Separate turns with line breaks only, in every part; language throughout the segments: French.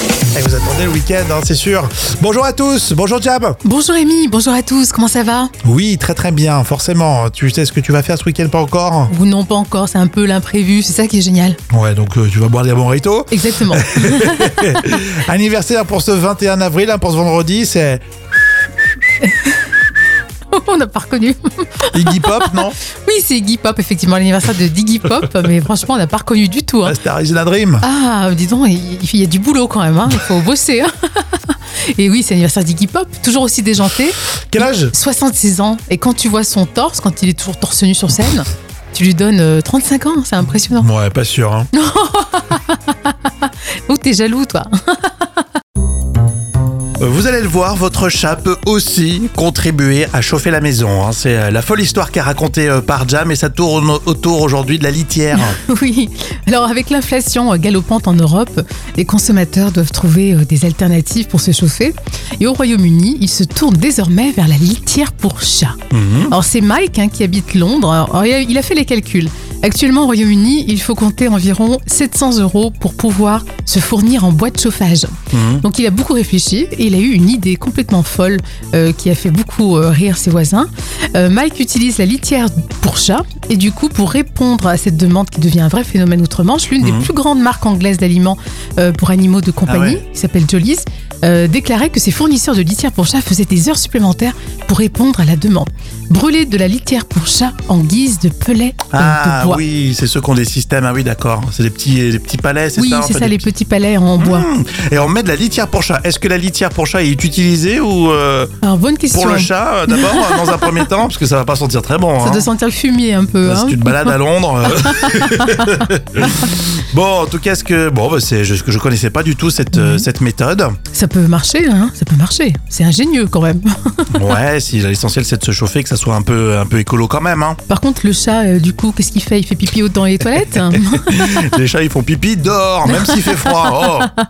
Et vous attendez le week-end, hein, c'est sûr. Bonjour à tous, bonjour Jab.
Bonjour Amy, bonjour à tous, comment ça va
Oui, très très bien, forcément. Tu sais ce que tu vas faire ce week-end, pas encore
Ou non pas encore, c'est un peu l'imprévu, c'est ça qui est génial.
Ouais, donc euh, tu vas boire des burritos.
Exactement.
Anniversaire pour ce 21 avril, hein, pour ce vendredi, c'est
On n'a pas reconnu.
Iggy Pop, non
Oui, c'est Iggy Pop, effectivement, l'anniversaire de Diggy Pop, mais franchement, on n'a pas reconnu du tout. hein.
La Star is in a Dream.
Ah, dis donc, il il y a du boulot quand même, hein, il faut bosser. hein. Et oui, c'est l'anniversaire d'Iggy Pop, toujours aussi déjanté,
Quel âge
66 ans. Et quand tu vois son torse, quand il est toujours torse nu sur scène, tu lui donnes euh, 35 ans, c'est impressionnant.
Ouais, pas sûr. hein.
Oh, t'es jaloux, toi
Euh, Vous allez le voir, votre chat peut aussi contribuer à chauffer la maison. hein. C'est euh, la folle histoire qu'a racontée euh, par Jam et ça tourne autour aujourd'hui de la litière.
Oui, alors avec l'inflation euh, galopante en Europe, les consommateurs doivent trouver euh, des alternatives pour se chauffer. Et au Royaume-Uni, ils se tournent désormais vers la litière pour chat.
Mhm.
Alors c'est Mike hein, qui habite Londres. Alors, il a- il a fait les calculs. Actuellement au Royaume-Uni, il faut compter environ 700 euros pour pouvoir se fournir en bois de chauffage.
Mhm.
Donc il a beaucoup réfléchi et il a eu une idée complètement folle euh, qui a fait beaucoup euh, rire ses voisins. Euh, Mike utilise la litière pour chat et du coup pour répondre à cette demande qui devient un vrai phénomène outre-Manche, l'une
Mhm.
des plus grandes marques anglaises d'aliments euh, pour animaux de compagnie
Ah ouais.
qui s'appelle Jolly's euh, déclarait que ses fournisseurs de litière pour chat faisaient des heures supplémentaires pour répondre à la demande. Brûler de la litière pour chat en guise de pellet euh, de
Ah
bois.
oui, c'est ceux qui ont des systèmes. Ah oui, d'accord. C'est des petits, des petits palais, c'est
Oui,
ça en
c'est
fait,
ça,
des
les
petits- Mmh.
petits palais en bois.
Et on met de la litière pour chat. Est-ce que la litière pour chat est utilisée ou euh,
Alors, bonne question.
pour le chat euh, d'abord, euh, dans un premier temps Parce que ça va pas sentir très bon.
Ça
hein. Bah,
doit sentir le fumier un peu.
Là,
hein.
Si tu te balades à Londres. euh. bon, en tout cas, ce que bon, bah, c'est je- ce que je connaissais pas du tout cette, euh,
Mhm.
cette méthode.
Ça peut marcher, hein ça peut marcher. C'est ingénieux quand même.
Ouais, si l'essentiel c'est de se chauffer, que ça soit un peu un peu écolo quand même. hein.
Par contre, le chat, euh, du coup, qu'est-ce qu'il fait Il fait pipi dans les toilettes
Les chats ils font pipi dehors, même s'il fait froid. oh.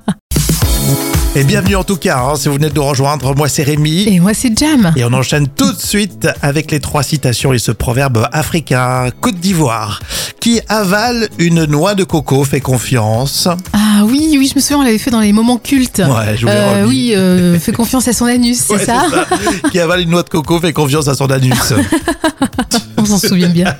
Et bienvenue en tout cas, hein, si vous venez de nous rejoindre, moi c'est Rémi.
Et moi, c'est Jam.
Et on enchaîne tout de suite avec les trois citations et ce proverbe africain, Côte d'Ivoire. Qui avale une noix de coco fait confiance.
Ah oui, oui, je me souviens, on l'avait fait dans les moments cultes.
Ouais, je vous l'ai
Euh,
remis.
oui, euh, fais confiance à son anus, c'est
Ouais,
ça
c'est ça. Qui avale une noix de coco fait confiance à son anus.
On s'en souvient bien.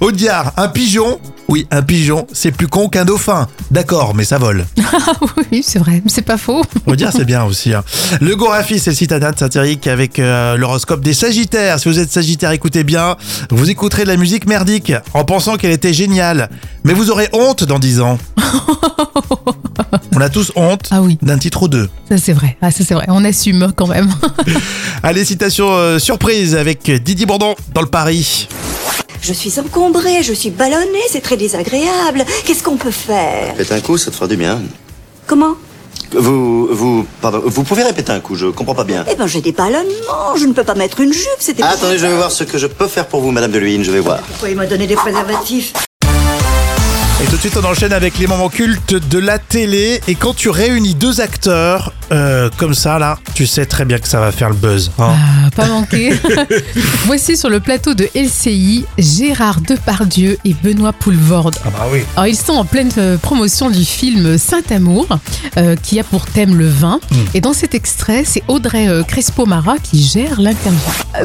Audiard, un pigeon Oui, un pigeon, c'est plus con qu'un dauphin. D'accord, mais ça vole.
Ah oui, c'est vrai, c'est pas faux.
Audiard, c'est bien aussi. hein. Le Gorafi, c'est le site internet satirique avec euh, l'horoscope des Sagittaires. Si vous êtes Sagittaire, écoutez bien. Vous écouterez de la musique merdique en pensant qu'elle était géniale. Mais vous aurez honte dans 10 ans. On a tous honte
Ah oui,
d'un titre ou deux.
ça c'est vrai. Ah ça c'est vrai, on assume quand même.
Oh. Allez, citation euh, surprise avec Didier Bourdon dans le Paris.
Je suis encombrée, je suis ballonnée, c'est très désagréable. Qu'est-ce qu'on peut faire
Répétez un coup, ça te fera du bien.
Comment
Vous, vous, pardon, vous pouvez répéter un coup, je comprends pas bien.
Eh ben j'ai des ballonnements, je ne peux pas mettre une jupe, c'était pas-
Ah, Attendez, je vais voir ce que je peux faire pour vous, Madame de Luynes, je vais voir.
Pourquoi il m'a donné des préservatifs
Et tout de suite, on enchaîne avec les moments cultes de la télé. Et quand tu réunis deux acteurs euh, comme ça, là, tu sais très bien que ça va faire le buzz. hein.
Ah, pas manqué. Voici sur le plateau de LCI Gérard Depardieu et Benoît Poulvorde.
Ah bah oui.
Alors, ils sont en pleine euh, promotion du film Saint-Amour, euh, qui a pour thème le vin.
Mm.
Et dans cet extrait, c'est Audrey euh, Crespo-Mara qui gère l'interview.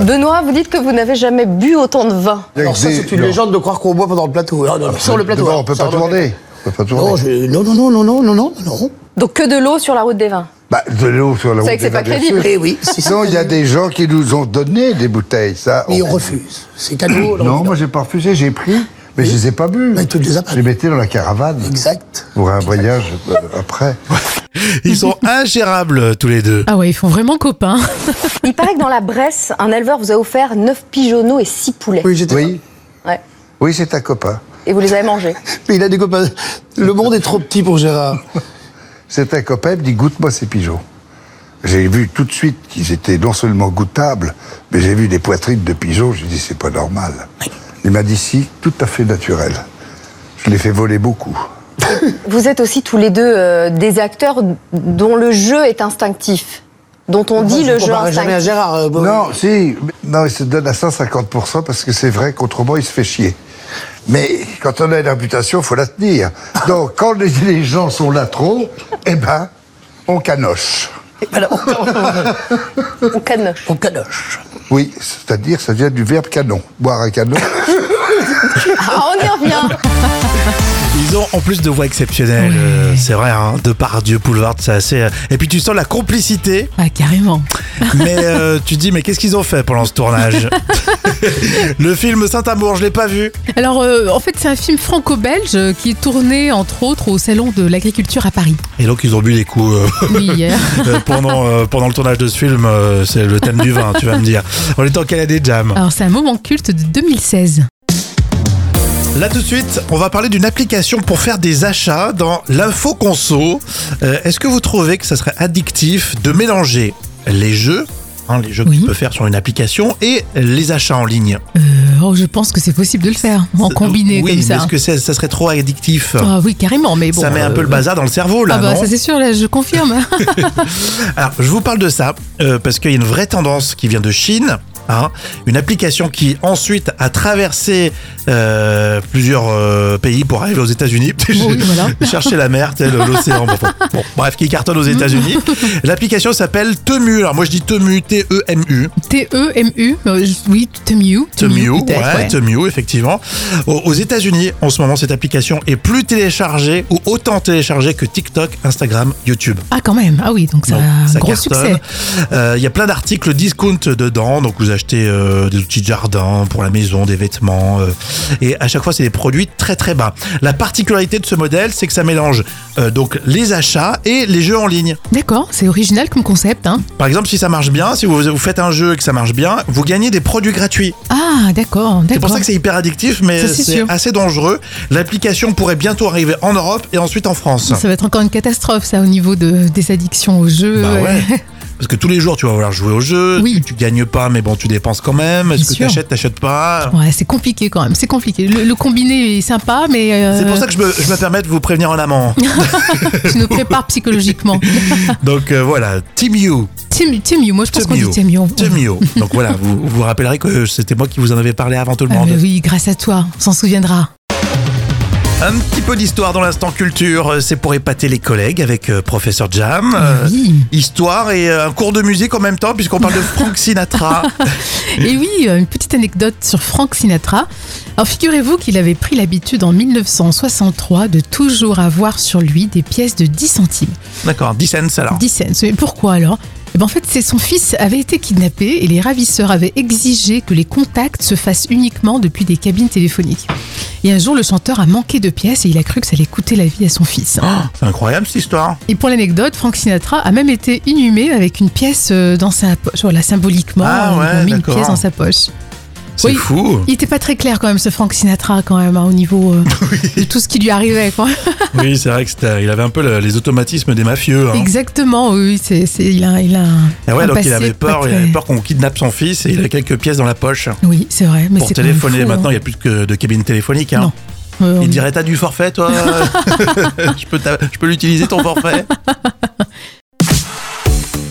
Benoît, vous dites que vous n'avez jamais bu autant de vin.
Alors ça, c'est une
Non.
légende de croire qu'on boit pendant le plateau. Ah, non, non,
Sur le plateau.
D'abord, on peut
Ça
pas
remonte.
tourner. On peut pas tourner.
Non, je- non, non, non, non, non, non, non, non.
Donc que de l'eau sur la route des vins.
Bah, de l'eau sur
C'est
la route.
vrai que c'est
des
pas
Verts, bien
crédible.
sûr.
Eh oui, si, si,
Sinon,
c'est
il y a
cadeau.
des gens qui nous ont donné des bouteilles, ça.
Mais Oh, on refuse. C'est cadeau. alors,
Non,
évidemment.
moi, j'ai pas refusé, j'ai pris, mais je les ai pas bu.
Mais tu les as pas
Je les mettais dans la caravane.
Exact.
Pour un voyage euh, après.
Ils sont ingérables euh, tous les deux.
Ah ouais, ils font vraiment copains.
Il paraît que dans la Bresse, un éleveur vous a offert 9 pigeonneaux et 6 poulets.
Oui, j'étais.
Oui,
Ouais.
oui, c'est un copain.
Et vous les avez mangés.
Mais il a des copains. Le monde est trop petit pour Gérard.
C'est un copain, il me dit goûte-moi ces pigeons. J'ai vu tout de suite qu'ils étaient non seulement goûtables, mais j'ai vu des poitrines de pigeons, j'ai dit c'est pas normal. Il m'a dit si, tout à fait naturel. Je l'ai fait voler beaucoup.
Vous êtes aussi tous les deux euh, des acteurs dont le jeu est instinctif. Dont on dit
Moi, je
le
vous
jeu
comparerai jamais à
instinctif.
Gérard. euh, bon.
Non, si. Non, il se donne à 150% parce que c'est vrai qu'autrement, il se fait chier. Mais quand on a une réputation, faut la tenir. Donc, quand les, les gens sont là trop, eh ben, On canoche.
On canoche.
On canoche.
Oui, c'est-à-dire, ça vient du verbe canon. Boire un canon.
Ah, on y revient.
Ils ont en plus de voix exceptionnelles, euh, c'est vrai, hein, de par Dieu, Boulevard, c'est assez. euh, Et puis tu sens la complicité,
Ah, carrément.
mais euh, tu te dis, mais qu'est-ce qu'ils ont fait pendant ce tournage Le film Saint-Amour, je l'ai pas vu.
Alors, euh, en fait, c'est un film franco-belge euh, qui est tourné, entre autres, au Salon de l'Agriculture à Paris.
Et donc ils ont bu des coups euh,
Oui, hier.
euh, pendant, euh, pendant le tournage de ce film, euh, c'est le thème du vin, tu vas me dire. On est en Canadé Jam.
Alors, c'est un moment culte de 2016.
Là tout de suite, on va parler d'une application pour faire des achats dans l'info conso. Euh, Est-ce que vous trouvez que ça serait addictif de mélanger les jeux, hein, les jeux que
Oui.
tu peux faire sur une application, et les achats en ligne Euh,
Euh, oh, je pense que c'est possible de le faire, en combiné
Oui,
comme
mais
ça.
Est-ce que c'est- ça serait trop addictif
Ah oui, carrément, mais bon.
Ça met un
euh,
peu le bazar dans le cerveau là,
Ah bah
non
ça c'est sûr, là, je confirme.
Alors, je vous parle de ça euh, parce qu'il y a une vraie tendance qui vient de Chine. hein. une application qui ensuite a traversé euh, plusieurs euh, pays pour arriver aux États-Unis,
Oui, voilà.
chercher la mer, tel l'océan. Bon, bon, bon, bref, qui cartonne aux États-Unis. L'application s'appelle Temu. Alors moi je dis Temu, E T-E-M-U,
T-E-M-U, euh, je- oui, Temu.
Temu, E ouais,
peut-être, ouais.
Temu, effectivement. Aux, aux États-Unis, en ce moment, cette application est plus téléchargée ou autant téléchargée que TikTok, Instagram, YouTube.
Ah quand même, ah oui, donc ça
Donc,
a un
ça
gros
cartonne.
succès.
Euh, Il y a plein d'articles discount dedans. Donc, vous achetez euh, des outils de jardin pour la maison, des vêtements. euh, et à chaque fois, c'est des produits très très bas. La particularité de ce modèle, c'est que ça mélange euh, donc les achats et les jeux en ligne.
D'accord, c'est original comme concept. Hein.
Par exemple, si ça marche bien, si vous, vous faites un jeu et que ça marche bien, vous gagnez des produits gratuits.
Ah d'accord, d'accord.
C'est pour ça que c'est hyper addictif, mais
Ça, c'est
c'est
sûr.
assez dangereux. L'application pourrait bientôt arriver en Europe et ensuite en France.
Ça va être encore une catastrophe ça au niveau de, des addictions au jeu.
Bah ouais. Parce que tous les jours, tu vas vouloir jouer au jeu.
Oui.
Tu, tu gagnes pas, mais bon, tu dépenses quand même.
Bien
Est-ce que
sûr.
t'achètes, t'achètes pas
Ouais, c'est compliqué quand même, c'est compliqué. Le, le combiné est sympa, mais euh,
C'est pour ça que je me, je me permets de vous prévenir en amont.
tu nous prépares psychologiquement.
Donc euh, voilà, Team You.
Tim- Temu, moi je pense qu'on
Temu.
dit Temu. on-
Team You. Donc voilà, vous vous vous rappellerez que c'était moi qui vous en avais parlé avant tout le
Ah,
monde.
mais oui, grâce à toi, on s'en souviendra.
Un petit peu d'histoire dans l'instant culture, euh, c'est pour épater les collègues avec euh, Professeur Jam. Euh,
Eh Oui.
Histoire et euh, un cours de musique en même temps, puisqu'on parle de Frank Sinatra.
Et oui, euh, une petite anecdote sur Frank Sinatra. Alors figurez-vous qu'il avait pris l'habitude en 1963 de toujours avoir sur lui des pièces de 10 centimes.
D'accord, 10 cents alors.
10 cents. Mais pourquoi alors Eh ben, En fait, c'est son fils avait été kidnappé et les ravisseurs avaient exigé que les contacts se fassent uniquement depuis des cabines téléphoniques. Et un jour, le chanteur a manqué de pièces et il a cru que ça allait coûter la vie à son fils.
Oh, c'est incroyable cette histoire.
Et pour l'anecdote, Frank Sinatra a même été inhumé avec une pièce euh, dans sa poche. Voilà, symboliquement,
Ah
on lui a
ouais,
mis une
d'accord.
pièce dans sa poche.
C'est
Oui.
fou.
Il n'était pas très clair quand même ce Frank Sinatra quand même hein, au niveau euh, de tout ce qui lui arrivait. Quoi.
Oui, c'est vrai que c'était- il avait un peu le- les automatismes des mafieux. hein.
Exactement, oui, c'est, c'est- il a, il a un-
Ah ouais,
un
donc il
passé
avait
pas
peur, il
très-
avait peur qu'on kidnappe son fils et il a quelques pièces dans la poche
Oui, c'est vrai, mais
pour
c'est quand
téléphoner.
même fou,
Maintenant, il
hein.
n'y a plus que de cabine téléphonique. Hein.
Non. Euh,
Il dirait t'as du forfait, toi. je peux, t'a- je peux l'utiliser ton forfait.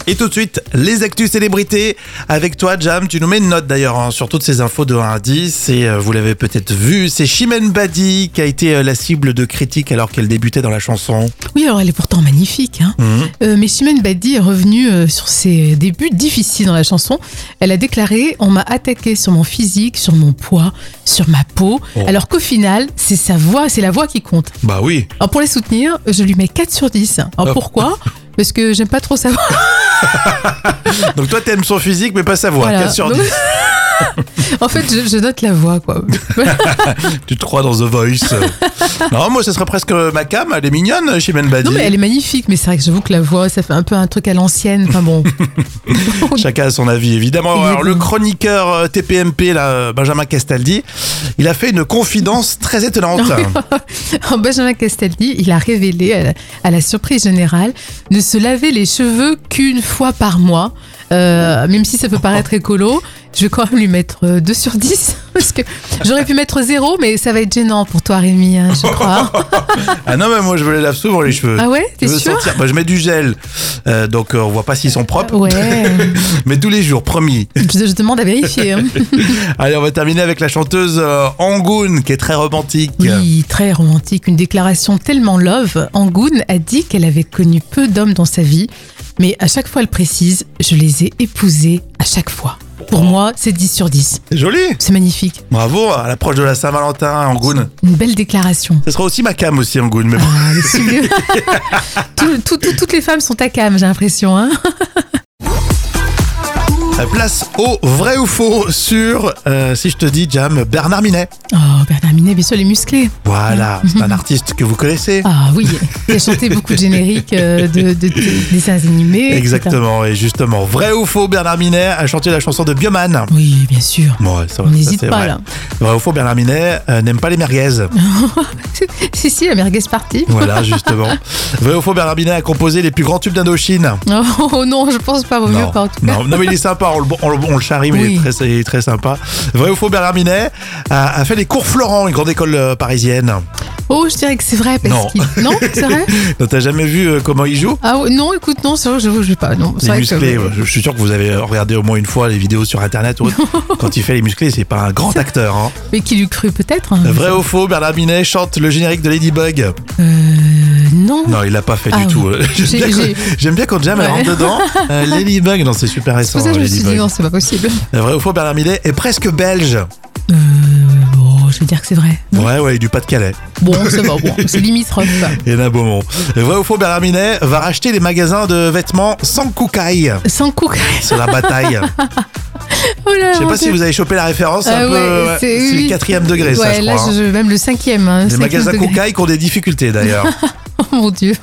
Et tout de suite, les actus célébrités. Avec toi, Jam, tu nous mets une note d'ailleurs hein, sur toutes ces infos de 1 à 10. Et euh, vous l'avez peut-être vu, c'est Chimène Badi qui a été euh, la cible de critiques alors qu'elle débutait dans la chanson.
Oui, alors elle est pourtant magnifique. hein.
Mhm.
Euh, mais Chimène Badi est revenue euh, sur ses débuts difficiles dans la chanson. Elle a déclaré On m'a attaqué sur mon physique, sur mon poids, sur ma peau.
Oh.
Alors qu'au final, c'est sa voix, c'est la voix qui compte.
Bah oui.
Alors pour les soutenir, je lui mets 4 sur 10.
Oh.
Alors pourquoi Parce que j'aime pas trop sa voix.
Donc toi, t'aimes son physique, mais pas sa voix.
Voilà.
4 sur
Donc-
10.
en fait, je, je note la voix, quoi.
Tu te crois dans The Voice. non, moi, ce serait presque ma cam. Elle est mignonne, Chimène Badi.
non, mais elle est magnifique, mais c'est vrai que j'avoue que la voix, ça fait un peu un truc à l'ancienne. Enfin bon.
Chacun a son avis, évidemment. Alors, le chroniqueur euh, TPMP, là, euh, Benjamin Castaldi, il a fait une confidence très étonnante.
Alors, Benjamin Castaldi, il a révélé à la, à la surprise générale ne se laver les cheveux qu'une fois par mois, Euh, même si ça peut paraître écolo. Je vais quand même lui mettre euh, 2 sur 10. Parce que j'aurais pu mettre 0, mais ça va être gênant pour toi, Rémi, hein, je crois.
Ah non, mais moi je me les lave souvent les cheveux.
Ah ouais T'es
Je veux
sûr
sentir- bah, Je mets du gel, Euh, donc euh, on voit pas s'ils sont propres.
Ouais.
mais tous les jours, promis.
Je, je demande à vérifier. hein.
Allez, on va terminer avec la chanteuse euh, Angoun, qui est très romantique.
Oui, très romantique, une déclaration tellement love. Angoun a dit qu'elle avait connu peu d'hommes dans sa vie, mais à chaque fois elle précise, je les ai épousés à chaque fois. Pour moi, c'est 10 sur 10.
C'est joli.
C'est magnifique.
Bravo à l'approche de la Saint-Valentin, Angoun.
Une belle déclaration.
Ce sera aussi ma cam aussi, Angoun. Mais bon.
Ah, elle est sublime. Tout- tout- tout- toutes les femmes sont à cam, j'ai l'impression. hein.
Euh, Place au vrai ou faux sur, euh, si je te dis, Jam, Bernard Minet.
Oh, Bernard Minet, bien sûr, les musclés.
Voilà, c'est un artiste que vous connaissez.
Mm. Ah oui, il a chanté beaucoup de génériques euh, de, de- de dessins animés. etc.
Exactement, et justement, vrai ou faux, Bernard Minet a chanté la chanson de Bioman.
Oui, bien sûr.
Bon, ouais, ça,
On
ça,
n'hésite
c'est
pas,
vrai.
là.
Vrai ou faux, Bernard Minet euh, n'aime pas les merguez.
si, si, la merguez partie.
voilà, justement. Vrai ou faux, Bernard Minet a composé les plus grands tubes d'Indochine.
Oh, non, je pense pas, vaut mieux pas en tout cas.
non, non, mais il est sympa, on le, on le- on le charrie, mais il, est
Oui.
très, il est très sympa. Vrai ou faux, Bernard Minet a, a fait les cours Florent, une grande école euh, parisienne.
Oh, je dirais que c'est vrai parce
Non.
qu'il. Non, c'est vrai
Non, T'as jamais vu euh, comment il joue
Ah ouais, non, écoute, non, c'est vrai, je je vais pas. Non, c'est
les
vrai
musclés,
que...
ouais. je je suis sûr que vous avez regardé au moins une fois les vidéos sur internet ou autre. Quand il fait les musclés, c'est pas un grand acteur. hein.
Mais qui lui cru peut-être hein.
Vrai ou faux, Bernard Minet chante le générique de Ladybug.
Euh. Non.
Non, il l'a pas fait
Ah
du
oui.
tout. euh.
J'ai-
J'aime bien
j'ai-
quand- J'aime bien quand Jam elle
Ouais.
rentre dedans. Euh, Ladybug, non, c'est super
C'est
récent.
pour ça que je me suis dit
Ladybug. Euh,
non, c'est pas possible.
Vrai ou faux, Bernard Minet est presque belge.
Euh. Bon, Oh, je vais dire que c'est vrai.
Ouais, ouais, du Pas-de-Calais.
Bon, ça va, bon, c'est limitrophe.
Et d'un Beaumont. Euh, Vrai ou faux, Bernard Minet va racheter les magasins de vêtements sans koukaï.
Sans cook.
C'est la bataille.
Oh là,
Je sais
mon
pas si
Dieu.
vous avez chopé la référence.
Ah
un peu,
ouais,
ouais,
c'est-
c'est
oui.
le quatrième degré,
ouais,
ça, je
là,
crois. hein.
je- même le cinquième. Hein,
Les
cinquième
magasins
degré.
Koukaï qui ont des difficultés d'ailleurs.
Oh mon dieu.